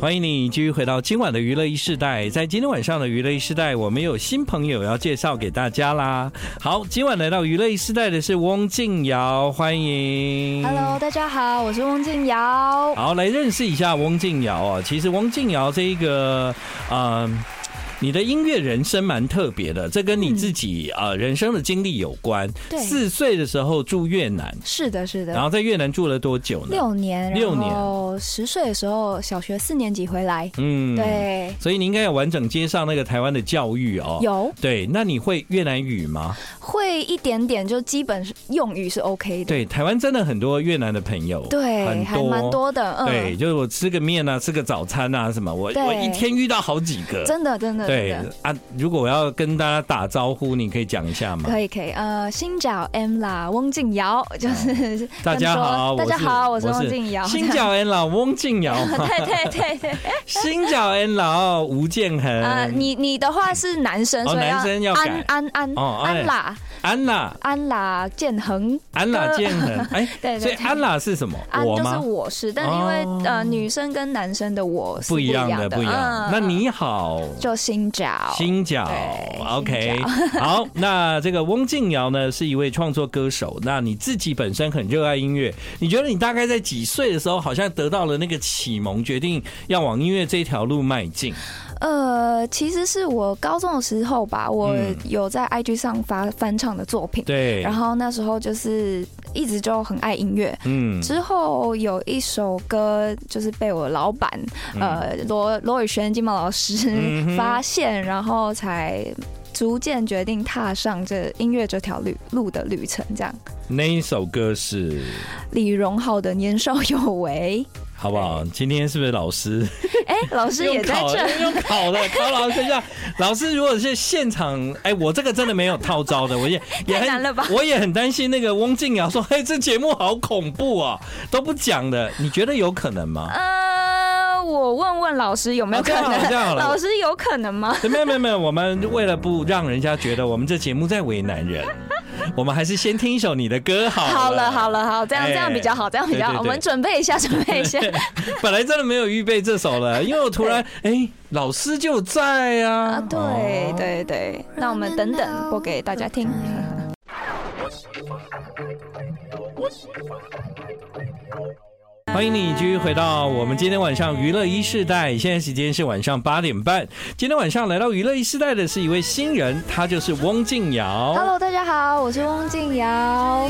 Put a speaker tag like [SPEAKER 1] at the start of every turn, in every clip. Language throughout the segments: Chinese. [SPEAKER 1] 欢迎你继续回到今晚的娱乐一世代，在今天晚上的娱乐一世代，我们有新朋友要介绍给大家啦。好，今晚来到娱乐一世代的是翁静瑶，欢迎。
[SPEAKER 2] Hello，大家好，我是翁静瑶。
[SPEAKER 1] 嗯好，来认识一下翁静瑶啊。其实翁静瑶这一个，呃，你的音乐人生蛮特别的，这跟你自己啊、呃人生的经历有关。
[SPEAKER 2] 对
[SPEAKER 1] 四岁的时候住越南，
[SPEAKER 2] 是的，是
[SPEAKER 1] 然
[SPEAKER 2] 的，
[SPEAKER 1] 后在越南住了多久呢？
[SPEAKER 2] 六年，
[SPEAKER 1] 六年
[SPEAKER 2] 然后十岁的时候，小学四年级回来，
[SPEAKER 1] 嗯，。
[SPEAKER 2] 对，
[SPEAKER 1] 所以你应该有完整接上那个台湾的教育哦。。
[SPEAKER 2] 有
[SPEAKER 1] 对，那你会越南语吗？
[SPEAKER 2] 会一点点，就基本用语是 OK 的，
[SPEAKER 1] 对，台湾真的很多越南的朋友，很
[SPEAKER 2] 对，还蛮多的，
[SPEAKER 1] 对，
[SPEAKER 2] 嗯，
[SPEAKER 1] 就是我吃个面啊，吃个早餐啊，什么，我
[SPEAKER 2] 对
[SPEAKER 1] 我一天遇到好几个。
[SPEAKER 2] 真的，真的，真
[SPEAKER 1] 对
[SPEAKER 2] 的，
[SPEAKER 1] 啊，如果我要跟大家打招呼，你可以讲一下吗？
[SPEAKER 2] 可以，可以，呃，新角 M 啦，翁静瑶，就是
[SPEAKER 1] 大家好，
[SPEAKER 2] 大家好，我是翁
[SPEAKER 1] 静
[SPEAKER 2] 静瑶，
[SPEAKER 1] 新角 N 老翁静瑶，
[SPEAKER 2] 对对对 对，
[SPEAKER 1] 新角 N 老吴建
[SPEAKER 2] 呃，
[SPEAKER 1] 衡，
[SPEAKER 2] 你你的话是男生，
[SPEAKER 1] 嗯哦
[SPEAKER 2] 所以
[SPEAKER 1] 男生要改
[SPEAKER 2] 安安安
[SPEAKER 1] 哦哎
[SPEAKER 2] 安啦
[SPEAKER 1] 安娜，
[SPEAKER 2] 安啦建恒。
[SPEAKER 1] 安娜建衡，哎，
[SPEAKER 2] 对对
[SPEAKER 1] 所以安娜是什么？
[SPEAKER 2] 安
[SPEAKER 1] 我
[SPEAKER 2] 啊就是
[SPEAKER 1] 吗？
[SPEAKER 2] 我是，但因为、
[SPEAKER 1] 哦
[SPEAKER 2] 呃，女生跟男生的我是
[SPEAKER 1] 不一样
[SPEAKER 2] 的，
[SPEAKER 1] 的，不一样。
[SPEAKER 2] 嗯
[SPEAKER 1] 那你好，
[SPEAKER 2] 就新角，
[SPEAKER 1] 新角
[SPEAKER 2] 对
[SPEAKER 1] ，OK，
[SPEAKER 2] 新
[SPEAKER 1] 好，那这个翁静瑶呢是一位创作歌手，那你自己本身很热爱音乐，你觉得你大概在几岁的时候，好像得到了那个启蒙，决定要往音乐这条路迈进？
[SPEAKER 2] 呃，其实是我高中的时候吧，我
[SPEAKER 1] 嗯
[SPEAKER 2] 有在 IG 上发翻唱的作品，
[SPEAKER 1] 对
[SPEAKER 2] 然，后那时候就是一直就很爱音乐。
[SPEAKER 1] 嗯
[SPEAKER 2] 之后有一首歌就是被我老板、呃罗罗宇轩金毛老师、
[SPEAKER 1] 嗯哼
[SPEAKER 2] 发现，然后才逐渐决定踏上这音乐这条旅路的旅程，这样。
[SPEAKER 1] 那一首歌是
[SPEAKER 2] 李荣浩的年少有 为。
[SPEAKER 1] 好不好？今天是不是老师？
[SPEAKER 2] 哎、老师也
[SPEAKER 1] 用
[SPEAKER 2] 在
[SPEAKER 1] 考
[SPEAKER 2] 这。
[SPEAKER 1] 的，用考 的，考老师身上。老师如果是现场，哎，我这个真的没有套招的，我也也
[SPEAKER 2] 太
[SPEAKER 1] 很
[SPEAKER 2] 难了吧
[SPEAKER 1] 我也很担心那个翁静瑶说，哎，这节目好恐怖啊，都不讲的。你觉得有可能吗？
[SPEAKER 2] 呃，我问问老师有没
[SPEAKER 1] 哦
[SPEAKER 2] 有可
[SPEAKER 1] 这样好
[SPEAKER 2] 能？
[SPEAKER 1] 这样好了
[SPEAKER 2] 老师有可能吗？
[SPEAKER 1] 没有没有没有，我们为了不让人家觉得我们这节目在为难人， 我们还是先听一首你的歌好了。
[SPEAKER 2] 好了好了好，这样
[SPEAKER 1] 哎
[SPEAKER 2] 这样比较好，这样比
[SPEAKER 1] 对对
[SPEAKER 2] 较好。
[SPEAKER 1] 对
[SPEAKER 2] 我们准备一 下，准备一下。
[SPEAKER 1] 本来真的没有预备这首了，因为我突然哎，老师就在
[SPEAKER 2] 啊
[SPEAKER 1] 啊。，
[SPEAKER 2] 对对对，那我们等等播给大家听。
[SPEAKER 1] 欢迎你继续回到我们今天晚上娱乐一世代，现在时间是晚上八点半。今天晚上来到娱乐一世代的是一位新人，他就是翁静瑶。
[SPEAKER 2] Hello，大家好，我是翁 静瑶。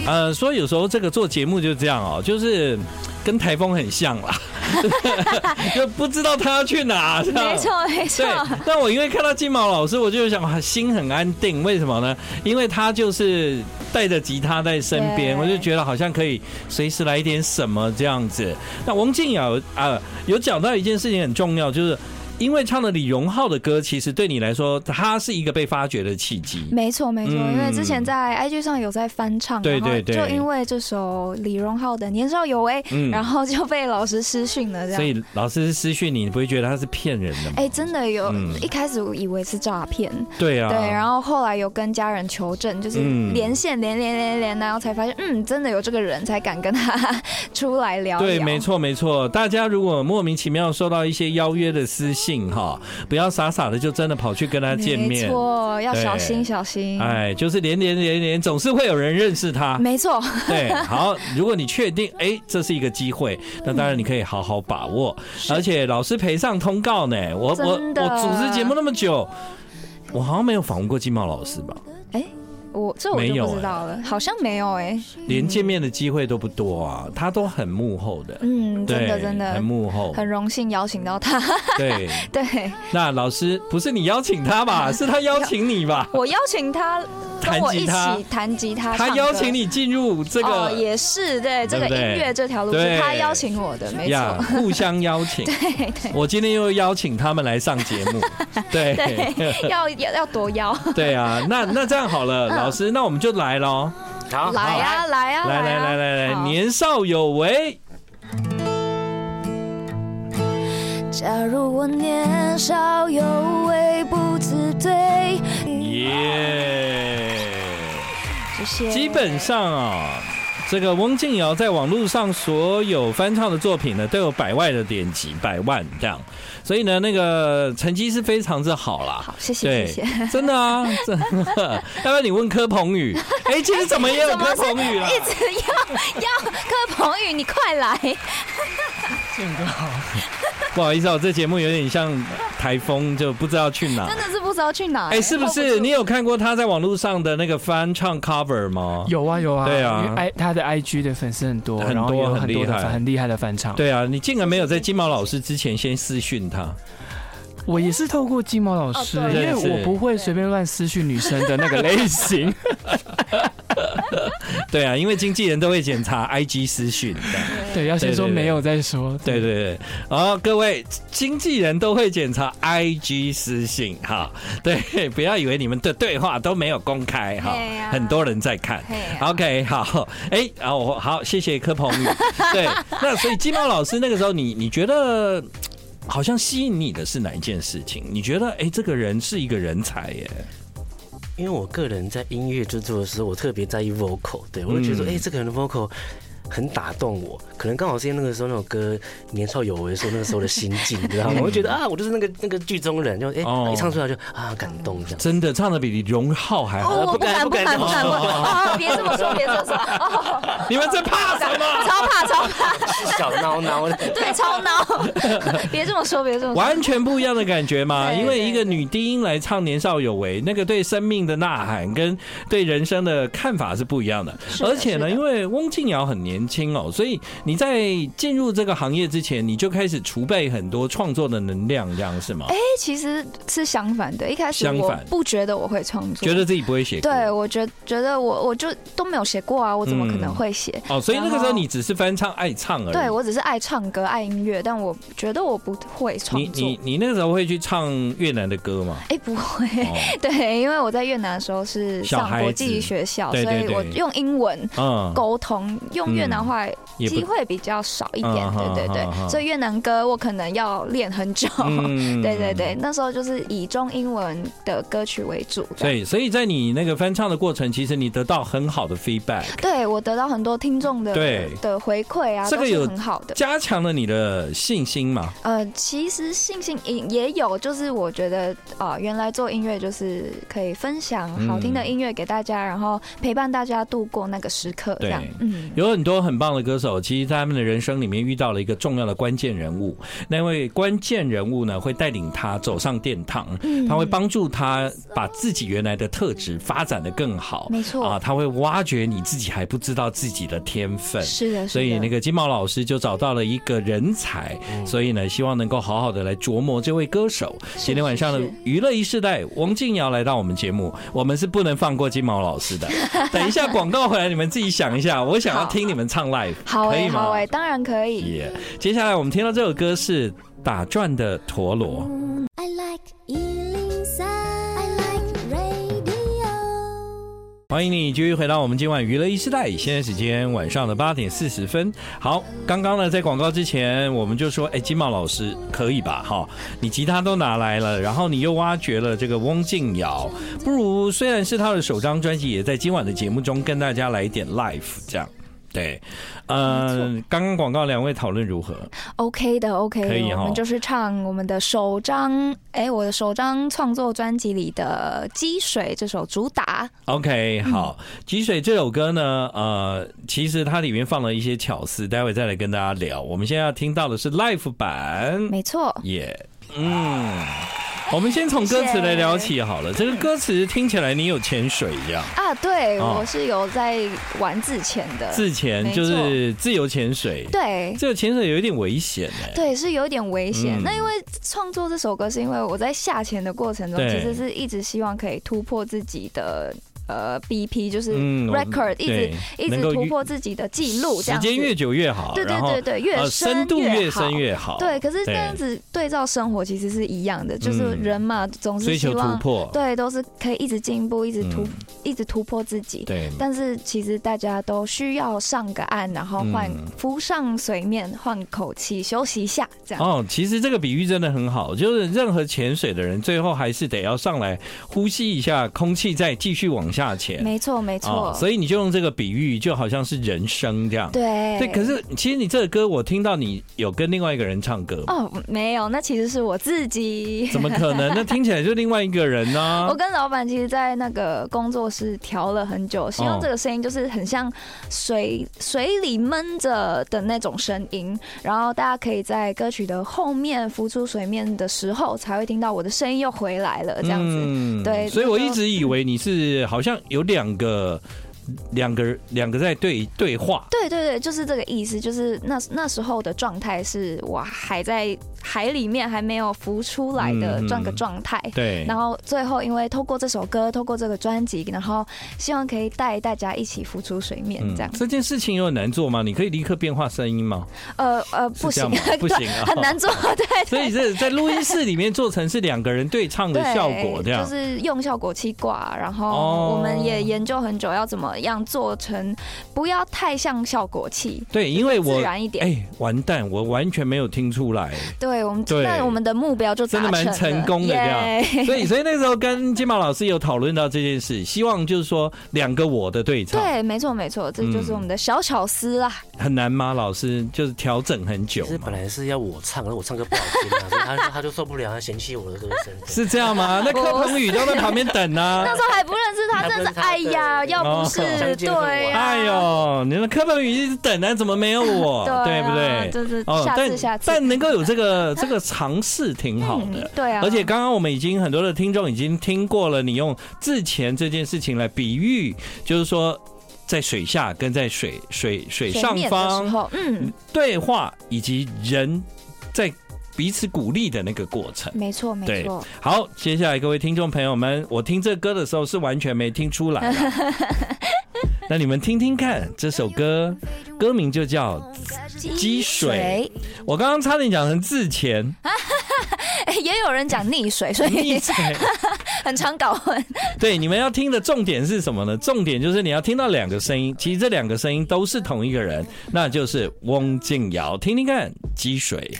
[SPEAKER 1] 呃，说有时候这个做节目就这样哦，就是嗯跟台风很像啦， 就不知道他要去哪。这样
[SPEAKER 2] 没。错没错
[SPEAKER 1] 对，，但我因为看到金毛老师，我就想哇心很安定，为什么呢？因为他就是带着吉他在身边，
[SPEAKER 2] 对
[SPEAKER 1] 我就觉得好像可以随时来一点什么这样子。那王静瑶啊、有讲到一件事情很重要，就是因为唱了李荣浩的歌，其实对你来说，它是一个被发掘的契机。
[SPEAKER 2] 没错没错，
[SPEAKER 1] 嗯
[SPEAKER 2] 因为之前在 IG 上有在翻唱，
[SPEAKER 1] 对
[SPEAKER 2] 然后
[SPEAKER 1] 对对
[SPEAKER 2] 就因为这首李荣浩的《年少有为》，
[SPEAKER 1] 嗯
[SPEAKER 2] 然后就被老师私讯了，这样
[SPEAKER 1] 所。以老师私讯你，你不会觉得他是骗人的吗？
[SPEAKER 2] 哎、真的有，
[SPEAKER 1] 嗯
[SPEAKER 2] 一开始我以为是诈骗，
[SPEAKER 1] 对啊，
[SPEAKER 2] 对，然后后来有跟家人求证，就是
[SPEAKER 1] 嗯
[SPEAKER 2] 连线连连连连，然后才发现，嗯，真的有这个人，才敢跟他 出来聊一聊。
[SPEAKER 1] 对，没。错没错。大家如果莫名其妙收到一些邀约的私信哈，不要傻傻的就真的跑去跟他见
[SPEAKER 2] 没
[SPEAKER 1] 面。
[SPEAKER 2] 错，要小
[SPEAKER 1] 对
[SPEAKER 2] 心小心。
[SPEAKER 1] 哎，就是连连连连，总是会有人认识他。
[SPEAKER 2] 没错，
[SPEAKER 1] 对，好，如果你确定，哎，这是一个机会，那当然你可以好好把握。而且老师陪上通告呢，我我
[SPEAKER 2] 嗯真的
[SPEAKER 1] 我主持节目那么久，我好像没有访问过金毛老师吧，
[SPEAKER 2] 我这我
[SPEAKER 1] 没
[SPEAKER 2] 就
[SPEAKER 1] 有哎
[SPEAKER 2] 不知道了，好像没有哎、
[SPEAKER 1] 连见面的机会都不多啊，他都很幕后的，
[SPEAKER 2] 嗯，真的
[SPEAKER 1] 对
[SPEAKER 2] 真的
[SPEAKER 1] 很，幕后，
[SPEAKER 2] 很荣幸邀请到他。
[SPEAKER 1] 对。
[SPEAKER 2] 对
[SPEAKER 1] 那老师不是你邀请他吧？是他邀请你吧？
[SPEAKER 2] 我邀请他跟
[SPEAKER 1] 弹
[SPEAKER 2] 我
[SPEAKER 1] 吉
[SPEAKER 2] 一
[SPEAKER 1] 他
[SPEAKER 2] 起弹吉他，
[SPEAKER 1] 他
[SPEAKER 2] 唱
[SPEAKER 1] 邀
[SPEAKER 2] 歌
[SPEAKER 1] 请你进入这
[SPEAKER 2] 哦，
[SPEAKER 1] 个
[SPEAKER 2] 也是对这
[SPEAKER 1] 对
[SPEAKER 2] 个
[SPEAKER 1] 不对
[SPEAKER 2] 音乐这条路
[SPEAKER 1] 对
[SPEAKER 2] 是他邀请我的，没
[SPEAKER 1] 呀
[SPEAKER 2] 错，，
[SPEAKER 1] 互相邀请。
[SPEAKER 2] 对对
[SPEAKER 1] 我今天又邀请他们来上节 目，对
[SPEAKER 2] 对，要要要多邀，
[SPEAKER 1] 对啊，那那这样好了，老师，那我们就来喽，
[SPEAKER 3] 好，
[SPEAKER 2] 嗯来啊来啊
[SPEAKER 1] 来来来
[SPEAKER 2] 啊
[SPEAKER 1] 来来，
[SPEAKER 2] 好
[SPEAKER 1] 年少有为，
[SPEAKER 2] 假如我年少有为不自对，
[SPEAKER 1] 耶！
[SPEAKER 2] 这些
[SPEAKER 1] 基本上啊、这个翁静瑶在网络上所有翻唱的作品呢，都有百万的点击，百万这样，所以呢，那个成绩是非常之好啦。
[SPEAKER 2] 好，谢
[SPEAKER 1] 对
[SPEAKER 2] 谢谢谢。
[SPEAKER 1] 真的啊，真的。要不然你问柯鹏宇，哎、其实怎么也有柯鹏宇啦？啊
[SPEAKER 2] 一直要要柯鹏宇，你快来！
[SPEAKER 3] 建哥好，
[SPEAKER 1] 不好意思哦，这节目有点像台风，就不知道去哪
[SPEAKER 2] 真。的是不知道去哪、
[SPEAKER 1] 哎、是不
[SPEAKER 2] hold
[SPEAKER 1] 是
[SPEAKER 2] 住
[SPEAKER 1] 你有看过他在网络上的那个翻唱 cover 吗？
[SPEAKER 3] 有啊有啊，
[SPEAKER 1] 对啊
[SPEAKER 3] 因为 I 他的 IG 的粉丝很多，
[SPEAKER 1] 很多
[SPEAKER 3] 然后有很多
[SPEAKER 1] 很厉
[SPEAKER 3] 的
[SPEAKER 1] 害
[SPEAKER 3] 很厉害的翻唱。，
[SPEAKER 1] 对啊，你竟然没有在金毛老师之前先私讯他，
[SPEAKER 3] 我也是透过金毛老师，
[SPEAKER 2] 哦
[SPEAKER 3] 因
[SPEAKER 2] 对
[SPEAKER 3] 为
[SPEAKER 1] 对
[SPEAKER 3] 我
[SPEAKER 1] 是
[SPEAKER 3] 不会随便乱私讯女生的那个类型。
[SPEAKER 1] 对啊，因为经纪人都会检查 IG 私讯的。
[SPEAKER 3] 对，要先说
[SPEAKER 1] 对对对
[SPEAKER 3] 没有再说。
[SPEAKER 1] 对对对，然后各位经纪人都会检查 IG 私信哈，对，不要以为你们的对话都没有公开哈
[SPEAKER 2] 对，啊
[SPEAKER 1] 很多人在看。
[SPEAKER 2] 嘿啊
[SPEAKER 1] OK，好，哎、然后我好，谢谢柯鹏 宇。对，那所以金茂老师那个时候你，你觉得好像吸引你的是哪一件事情？你觉得哎、这个人是一个人才耶？
[SPEAKER 4] 因为我个人在音乐制作的时候，我特别在意 vocal，对我就觉得说，
[SPEAKER 1] 嗯
[SPEAKER 4] 哎、这个人的 vocal 很打动我。可能刚好是因为那个时候那首歌《年少有为》说那个时候的心 境，你知道吗？我就觉得啊，我就是那个那个剧中人，就哎、
[SPEAKER 1] 哦
[SPEAKER 4] 一唱出来就啊感动这样。
[SPEAKER 1] 真的唱的比李荣浩还好。
[SPEAKER 2] 哦，我
[SPEAKER 4] 不
[SPEAKER 2] 不敢
[SPEAKER 4] 敢
[SPEAKER 2] 不敢
[SPEAKER 4] 不敢
[SPEAKER 2] 不敢不敢！哦，别这么说，别这么说，哦，
[SPEAKER 1] 你们在怕什么？
[SPEAKER 2] 超怕超怕，
[SPEAKER 4] 小孬孬的，
[SPEAKER 2] 对，超孬，别这么说， 别这么说，
[SPEAKER 1] 完全不一样的感觉嘛，
[SPEAKER 2] 对
[SPEAKER 1] 因为一个女低音来唱《年少有为》，那个对生命的呐喊跟对人生的看法是不一样的。
[SPEAKER 2] 是的
[SPEAKER 1] 而且呢，
[SPEAKER 2] 是的
[SPEAKER 1] 因为翁静瑶很年轻哦，所以你在进入这个行业之前，你就开始储备很多创作的能量，这样是吗？
[SPEAKER 2] 哎，其实是相反的，一开始
[SPEAKER 1] 相
[SPEAKER 2] 我
[SPEAKER 1] 反
[SPEAKER 2] 不觉得我会创作，
[SPEAKER 1] 觉得自己不会写歌，
[SPEAKER 2] 对我觉觉得我我就都没有写过啊，我怎么可能会写？
[SPEAKER 1] 哦，所以那个时候
[SPEAKER 2] 然后
[SPEAKER 1] 你只是翻唱爱唱而已。
[SPEAKER 2] 对我只是爱唱歌、爱音乐，但我觉得我不会创
[SPEAKER 1] 你
[SPEAKER 2] 作。
[SPEAKER 1] 你你那个时候会去唱越南的歌 吗？
[SPEAKER 2] 哎、不会，
[SPEAKER 1] 哦
[SPEAKER 2] 对，因为我在越南的时候是
[SPEAKER 1] 小
[SPEAKER 2] 上
[SPEAKER 1] 孩
[SPEAKER 2] 国
[SPEAKER 1] 子
[SPEAKER 2] 际学校，
[SPEAKER 1] 对对
[SPEAKER 2] 所以我
[SPEAKER 1] 对
[SPEAKER 2] 用英文
[SPEAKER 1] 嗯，
[SPEAKER 2] 沟通，用越南话
[SPEAKER 1] 也
[SPEAKER 2] 机
[SPEAKER 1] 不
[SPEAKER 2] 会比较少一点，
[SPEAKER 1] 嗯哼
[SPEAKER 2] 对对
[SPEAKER 1] 哼哼
[SPEAKER 2] 对，所以越南歌我可能要练很久，
[SPEAKER 1] 嗯
[SPEAKER 2] 哦 对对对，那时候就是以中英文的歌曲为主，
[SPEAKER 1] 所以，所以在你那个翻唱的过程，其实你得到很好的 feedback，
[SPEAKER 2] 对我得到很多听众的
[SPEAKER 1] 对
[SPEAKER 2] 的回馈啊，
[SPEAKER 1] 这个
[SPEAKER 2] 都是
[SPEAKER 1] 有
[SPEAKER 2] 很好的。
[SPEAKER 1] 加强了你的信心嘛。
[SPEAKER 2] 呃，其实信心也也有，就是我觉得啊、呃原来做音乐就是可以分享好听的
[SPEAKER 1] 嗯
[SPEAKER 2] 音乐给大家，然后陪伴大家度过那个时刻，
[SPEAKER 1] 对
[SPEAKER 2] 这样，嗯，
[SPEAKER 1] 有很多很棒的歌手，其实他们的人生里面遇到了一个重要的关键人物，那位关键人物呢，会带领他走上殿堂，
[SPEAKER 2] 嗯
[SPEAKER 1] 他会帮助他把自己原来的特质发展的更好。
[SPEAKER 2] 嗯没错
[SPEAKER 1] 啊，他会挖掘你自己还不知道自己的天分。
[SPEAKER 2] 是的，嗯
[SPEAKER 1] 所以那
[SPEAKER 2] 个
[SPEAKER 1] 个金毛老师就找到了一个人才，所以呢，希望能够好好的来琢磨这位歌手。今天晚上的
[SPEAKER 2] 是
[SPEAKER 1] 娱乐一世代，王静瑶来到我们节目，我们是不能放过金毛老师 的。等一下广告回来，你们自己想一下，我想要
[SPEAKER 2] 好
[SPEAKER 1] 听你们唱 live，
[SPEAKER 2] 好
[SPEAKER 1] 可
[SPEAKER 2] 哎、
[SPEAKER 1] 以吗
[SPEAKER 2] 好哎、当然可以。
[SPEAKER 1] 耶接下来我们听到这首歌是《打转的陀螺》。
[SPEAKER 5] I like Ealing Sound. I like radio.
[SPEAKER 1] 欢迎你继续回到我们今晚娱乐一时代，现在时间晚上的八点四十分。好，刚刚呢在广告之前，我们就说，哎，金茂老师可以吧？哈，你吉他都拿来了，然后你又挖掘了这个翁静瑶，不如虽然是他的首张专辑，也在今晚的节目中跟大家来一点 live 这样。对，嗯、刚刚广告两位讨论如何？
[SPEAKER 2] OK 的，OK 的，
[SPEAKER 1] 可以哦
[SPEAKER 2] 我们就是唱我们的首张，哎、我的首张创作专辑里的《积水》这首主打，
[SPEAKER 1] OK，好，《积水》这首歌呢，呃，其实它里面放了一些巧思，待会再来跟大家聊。我们现在要听到的是 Live 版，
[SPEAKER 2] 没错，
[SPEAKER 1] 耶嗯，我们先从歌词来聊起好了。这个歌词听起来你有潜水一样，
[SPEAKER 2] 啊，对、
[SPEAKER 1] 哦
[SPEAKER 2] 我是有在玩自潜的，
[SPEAKER 1] 之前就是自由潜水，
[SPEAKER 2] 对。
[SPEAKER 1] 自由潜水有一点危险哎、
[SPEAKER 2] 对，是有点危险。
[SPEAKER 1] 嗯
[SPEAKER 2] 那因为创作这首歌，是因为我在下潜的过程中，
[SPEAKER 1] 对
[SPEAKER 2] 其实是一直希望可以突破自己的呃 BP，就是
[SPEAKER 1] 嗯我
[SPEAKER 2] record，、一直
[SPEAKER 1] 对
[SPEAKER 2] 一
[SPEAKER 1] 能
[SPEAKER 2] 直
[SPEAKER 1] 够
[SPEAKER 2] 突
[SPEAKER 1] 越
[SPEAKER 2] 破自己的记录，这
[SPEAKER 1] 时
[SPEAKER 2] 样
[SPEAKER 1] 间
[SPEAKER 2] 子
[SPEAKER 1] 越久越好，
[SPEAKER 2] 对对
[SPEAKER 1] 然后
[SPEAKER 2] 对对，越
[SPEAKER 1] 呃，
[SPEAKER 2] 深
[SPEAKER 1] 深度越深
[SPEAKER 2] 好
[SPEAKER 1] 越好，
[SPEAKER 2] 对，可是这样子对照生活其实是一样的，就是
[SPEAKER 1] 嗯
[SPEAKER 2] 人嘛，总是
[SPEAKER 1] 追
[SPEAKER 2] 希
[SPEAKER 1] 求突
[SPEAKER 2] 望
[SPEAKER 1] 破，
[SPEAKER 2] 对，都是可以一直进步，一直突、
[SPEAKER 1] 嗯
[SPEAKER 2] 一直突破自己。
[SPEAKER 1] 对，
[SPEAKER 2] 但是其实大家都需要上个岸，然后换
[SPEAKER 1] 嗯
[SPEAKER 2] 浮上水面，换口气，休息一下，这样。
[SPEAKER 1] 哦，其实这个比喻真的很好，就是任何潜水的人最后还是得要上来呼吸一下空气，再继续往下钱，
[SPEAKER 2] 没错没错，
[SPEAKER 1] 啊所以你就用这个比喻，就好像是人生这样。
[SPEAKER 2] 对
[SPEAKER 1] 对，可是其实你这个歌，我听到你有跟另外一个人唱歌吗，
[SPEAKER 2] 哦没有，那其实是我自己。
[SPEAKER 1] 怎么可 能？那听起来就另外一个人啊呢、
[SPEAKER 2] 我跟老板其实，在那个工作室调了很久，希
[SPEAKER 1] 哦
[SPEAKER 2] 望这个声音就是很像水水里闷着的那种声音，然后大家可以在歌曲的后面浮出水面的时候，才会听到我的声音又回来了，这样子。
[SPEAKER 1] 嗯
[SPEAKER 2] 对
[SPEAKER 1] 所以我
[SPEAKER 2] 那
[SPEAKER 1] 一
[SPEAKER 2] 就
[SPEAKER 1] 直以为你是好像有两个。两个两个在对对话，
[SPEAKER 2] 对对对，就是这个意思，就是那那时候的状态是我还在海里面还没有浮出来的
[SPEAKER 1] 嗯
[SPEAKER 2] 这样个
[SPEAKER 1] 嗯
[SPEAKER 2] 状态。
[SPEAKER 1] 对，
[SPEAKER 2] 然后最后，因为透过这首歌，透过这个专辑，然后希望可以带大家一起浮出水面，这样。
[SPEAKER 1] 嗯这件事情有很难做吗？你可以立刻变化声音吗？
[SPEAKER 2] 呃呃，
[SPEAKER 1] 是
[SPEAKER 2] 不
[SPEAKER 1] 这
[SPEAKER 2] 行
[SPEAKER 1] 样 吗，不行
[SPEAKER 2] 对
[SPEAKER 1] 啊
[SPEAKER 2] 很难做，对
[SPEAKER 1] 所以这
[SPEAKER 2] 对
[SPEAKER 1] 在录音室里面做成是两个人对唱的
[SPEAKER 2] 对，
[SPEAKER 1] 效果，这样
[SPEAKER 2] 就是用效果器挂，然
[SPEAKER 1] 哦
[SPEAKER 2] 后我们也研究很久要怎么样做成，不要太像效果器，
[SPEAKER 1] 对，因为我
[SPEAKER 2] 自然一点。
[SPEAKER 1] 哎，完蛋，我完全没有听出来，
[SPEAKER 2] 对我们，
[SPEAKER 1] 对
[SPEAKER 2] 那我们的目标就达
[SPEAKER 1] 真的蛮
[SPEAKER 2] 了
[SPEAKER 1] 成功的这样
[SPEAKER 2] 耶
[SPEAKER 1] 所以所以那时候跟金毛老师有讨论到这件事，希望就是说两个我的对唱
[SPEAKER 2] 对，没错没错，这就是我们的小巧思啦。
[SPEAKER 1] 很难吗？老师就是调整很久
[SPEAKER 4] 其实
[SPEAKER 1] 嘛
[SPEAKER 4] 本，来是要我唱，可是我唱歌不好 听啊，所以他他就受不了，他嫌弃我的歌声。
[SPEAKER 1] 是这样 吗？那柯鹏宇都在旁边等啊
[SPEAKER 2] 那。时候还不认识他，真的是，哎呀，要不是
[SPEAKER 4] 哦
[SPEAKER 2] 对 呀，
[SPEAKER 1] 哎呦，你们柯鹏宇一直等啊，怎么没有 我？
[SPEAKER 2] 啊
[SPEAKER 1] 对不对？
[SPEAKER 2] 就是啊
[SPEAKER 1] 哦，
[SPEAKER 2] 下次
[SPEAKER 1] 但
[SPEAKER 2] 下次，
[SPEAKER 1] 但能够有这 个这个尝试挺好的
[SPEAKER 2] 嗯。对啊，
[SPEAKER 1] 而且刚刚我们已经很多的听众已经听过了，你用之前这件事情来比喻，就是说在水下跟在水水水
[SPEAKER 2] 前
[SPEAKER 1] 上
[SPEAKER 2] 面的时
[SPEAKER 1] 方
[SPEAKER 2] 候，嗯，
[SPEAKER 1] 对话，以及人在彼此鼓励的那个过程。
[SPEAKER 2] 没错没
[SPEAKER 1] 对
[SPEAKER 2] 错，
[SPEAKER 1] 好，接下来各位听众朋友们，我听这歌的时候是完全没听出来的。那你们听听看这首歌，歌名就叫《积水》。
[SPEAKER 2] 水，
[SPEAKER 1] 我刚刚差点讲成自前，
[SPEAKER 2] 哎也有人讲溺水，所
[SPEAKER 1] 逆
[SPEAKER 2] 以
[SPEAKER 1] 水。
[SPEAKER 2] 很常搞混。
[SPEAKER 1] 对，你们要听的重点是什么呢？重点就是你要听到两个声音，其实这两个声音都是同一个人，那就是翁静瑶。听听看，积水。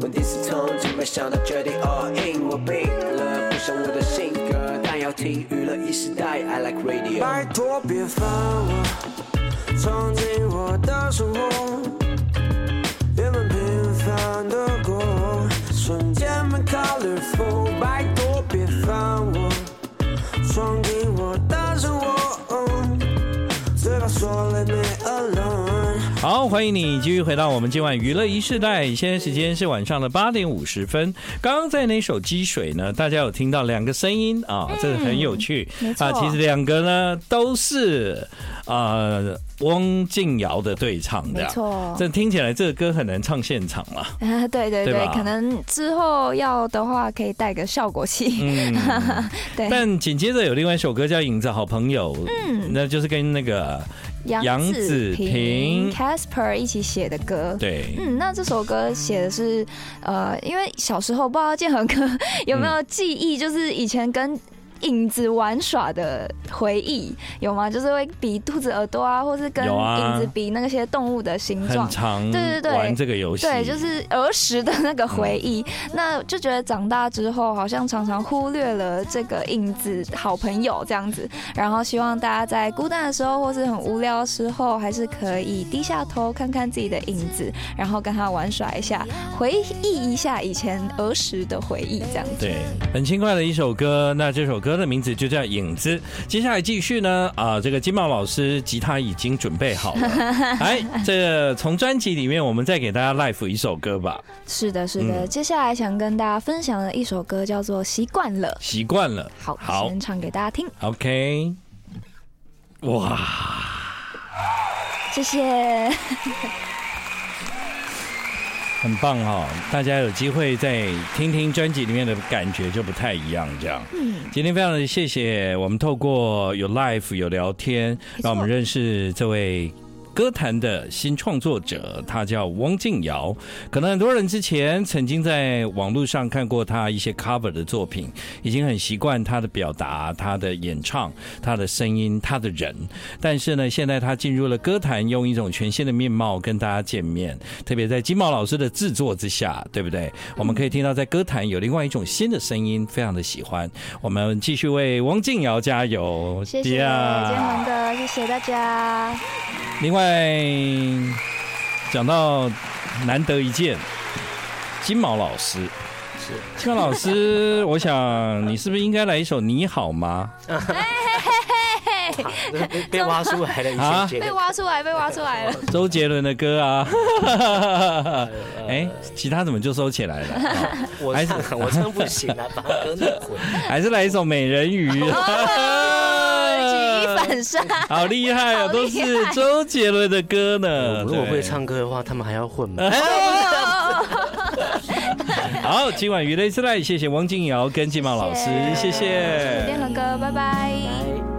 [SPEAKER 6] 我第一次从就没想到哦决定 all in，我病了，不像我的性格，但要听娱乐一时代，I like radio。
[SPEAKER 7] 拜托别烦我，闯进我的生活，原本平凡的过，瞬间变 colorful。拜托别烦我，闯进我的生活，嘴巴说 let me alone。
[SPEAKER 1] 好，欢迎你继续回到我们今晚娱乐一世代，现在时间是晚上的八点五十分。刚刚在那首《积水》呢，大家有听到两个声音啊，这个很有趣、
[SPEAKER 2] 嗯没
[SPEAKER 1] 啊。
[SPEAKER 2] 错
[SPEAKER 1] 其实两个呢都是呃翁静瑶的对唱的
[SPEAKER 2] 没
[SPEAKER 1] 啊，
[SPEAKER 2] 错，
[SPEAKER 1] 这听起来这个歌很难唱现场 嘛。
[SPEAKER 2] 啊，对对
[SPEAKER 1] 对
[SPEAKER 2] 对
[SPEAKER 1] 吧，
[SPEAKER 2] 可能之后要的话可以带个效果器，
[SPEAKER 1] 嗯，
[SPEAKER 2] 对，
[SPEAKER 1] 但紧接着有另外一首歌叫《影子好朋友》，嗯，那就是跟那个杨紫
[SPEAKER 2] 平
[SPEAKER 1] 平
[SPEAKER 2] Casper 一起写的歌。
[SPEAKER 1] 对，
[SPEAKER 2] 嗯，那这首歌写的是，呃，因为小时候不知道建恒哥有没有记忆，就是以前跟影子玩耍的回忆有吗？就是会比兔子耳朵啊，或是跟
[SPEAKER 1] 有啊
[SPEAKER 2] 影子比那些动物的形状
[SPEAKER 1] 很。常
[SPEAKER 2] 对对对
[SPEAKER 1] 玩这个游戏，
[SPEAKER 2] 对，就是嗯儿时的那个回忆，那就觉得长大之后好像常常忽略了这个影子好朋友这样子，然后希望大家在孤单的时候或是很无聊的时候，还是可以低下头看看自己的影子，然后跟他玩耍一下，回忆一下以前儿时的回忆这样子。
[SPEAKER 1] 对，很轻快的一首歌。那这首歌的名字就叫《影子》。接下来继续呢，啊、这个金茂老师吉他已经准备好 了。来，这个从专辑里面，我们再给大家 l i f e 一首歌吧。
[SPEAKER 2] 是的，是的。
[SPEAKER 1] 嗯
[SPEAKER 2] 接下来想跟大家分享的一首歌叫做《习惯了》，
[SPEAKER 1] 习惯了，
[SPEAKER 2] 好，
[SPEAKER 1] 好
[SPEAKER 2] 先唱给大家听，
[SPEAKER 1] ，OK。哇，
[SPEAKER 2] 谢谢。
[SPEAKER 1] 很棒哦！大家有机会再听听专辑里面的感觉就不太一样，这样。今天非常的谢谢我们透过有 live 有聊天，让我们认识这位歌坛的新创作者，他叫汪静瑶。可能很多人之前曾经在网络上看过他一些 cover 的作品，已经很习惯他的表达、他的演唱、他的声音、他的人。但是呢，现在他进入了歌坛，用一种全新的面貌跟大家见面。特别在金毛老师的制作之下，对不对？我们可以听到在歌坛有另外一种新的声音，非常的喜欢。我们继续为汪静瑶加油！
[SPEAKER 2] 谢谢建
[SPEAKER 1] 呀
[SPEAKER 2] 宏哥，谢谢大家。
[SPEAKER 1] 另外，讲到难得一见，金毛老师是金毛老师，我想你是不是应该来一首《你好吗
[SPEAKER 4] 啊被 被挖出来了，一
[SPEAKER 1] 啊
[SPEAKER 4] 瞬间
[SPEAKER 2] 被。挖出来，被挖出来了。》
[SPEAKER 1] 周杰伦的歌啊？哎，其他怎么就收起来了？ 好
[SPEAKER 4] 我
[SPEAKER 1] 还是
[SPEAKER 4] 唱我唱不行啊，把歌弄 混。
[SPEAKER 1] 还是来一首《美人鱼》哦
[SPEAKER 2] 举一哎反三，
[SPEAKER 1] 好厉害哦，
[SPEAKER 2] 好厉害
[SPEAKER 1] 都是周杰伦的歌呢。
[SPEAKER 4] 如果
[SPEAKER 1] 呃对
[SPEAKER 4] 会，唱歌的话，他们还要混吗？
[SPEAKER 1] 好，今晚娱乐之赖，谢谢汪静瑶跟金毛老师，谢
[SPEAKER 2] 谢谢建宏哥，拜拜。
[SPEAKER 1] 呃
[SPEAKER 4] 哎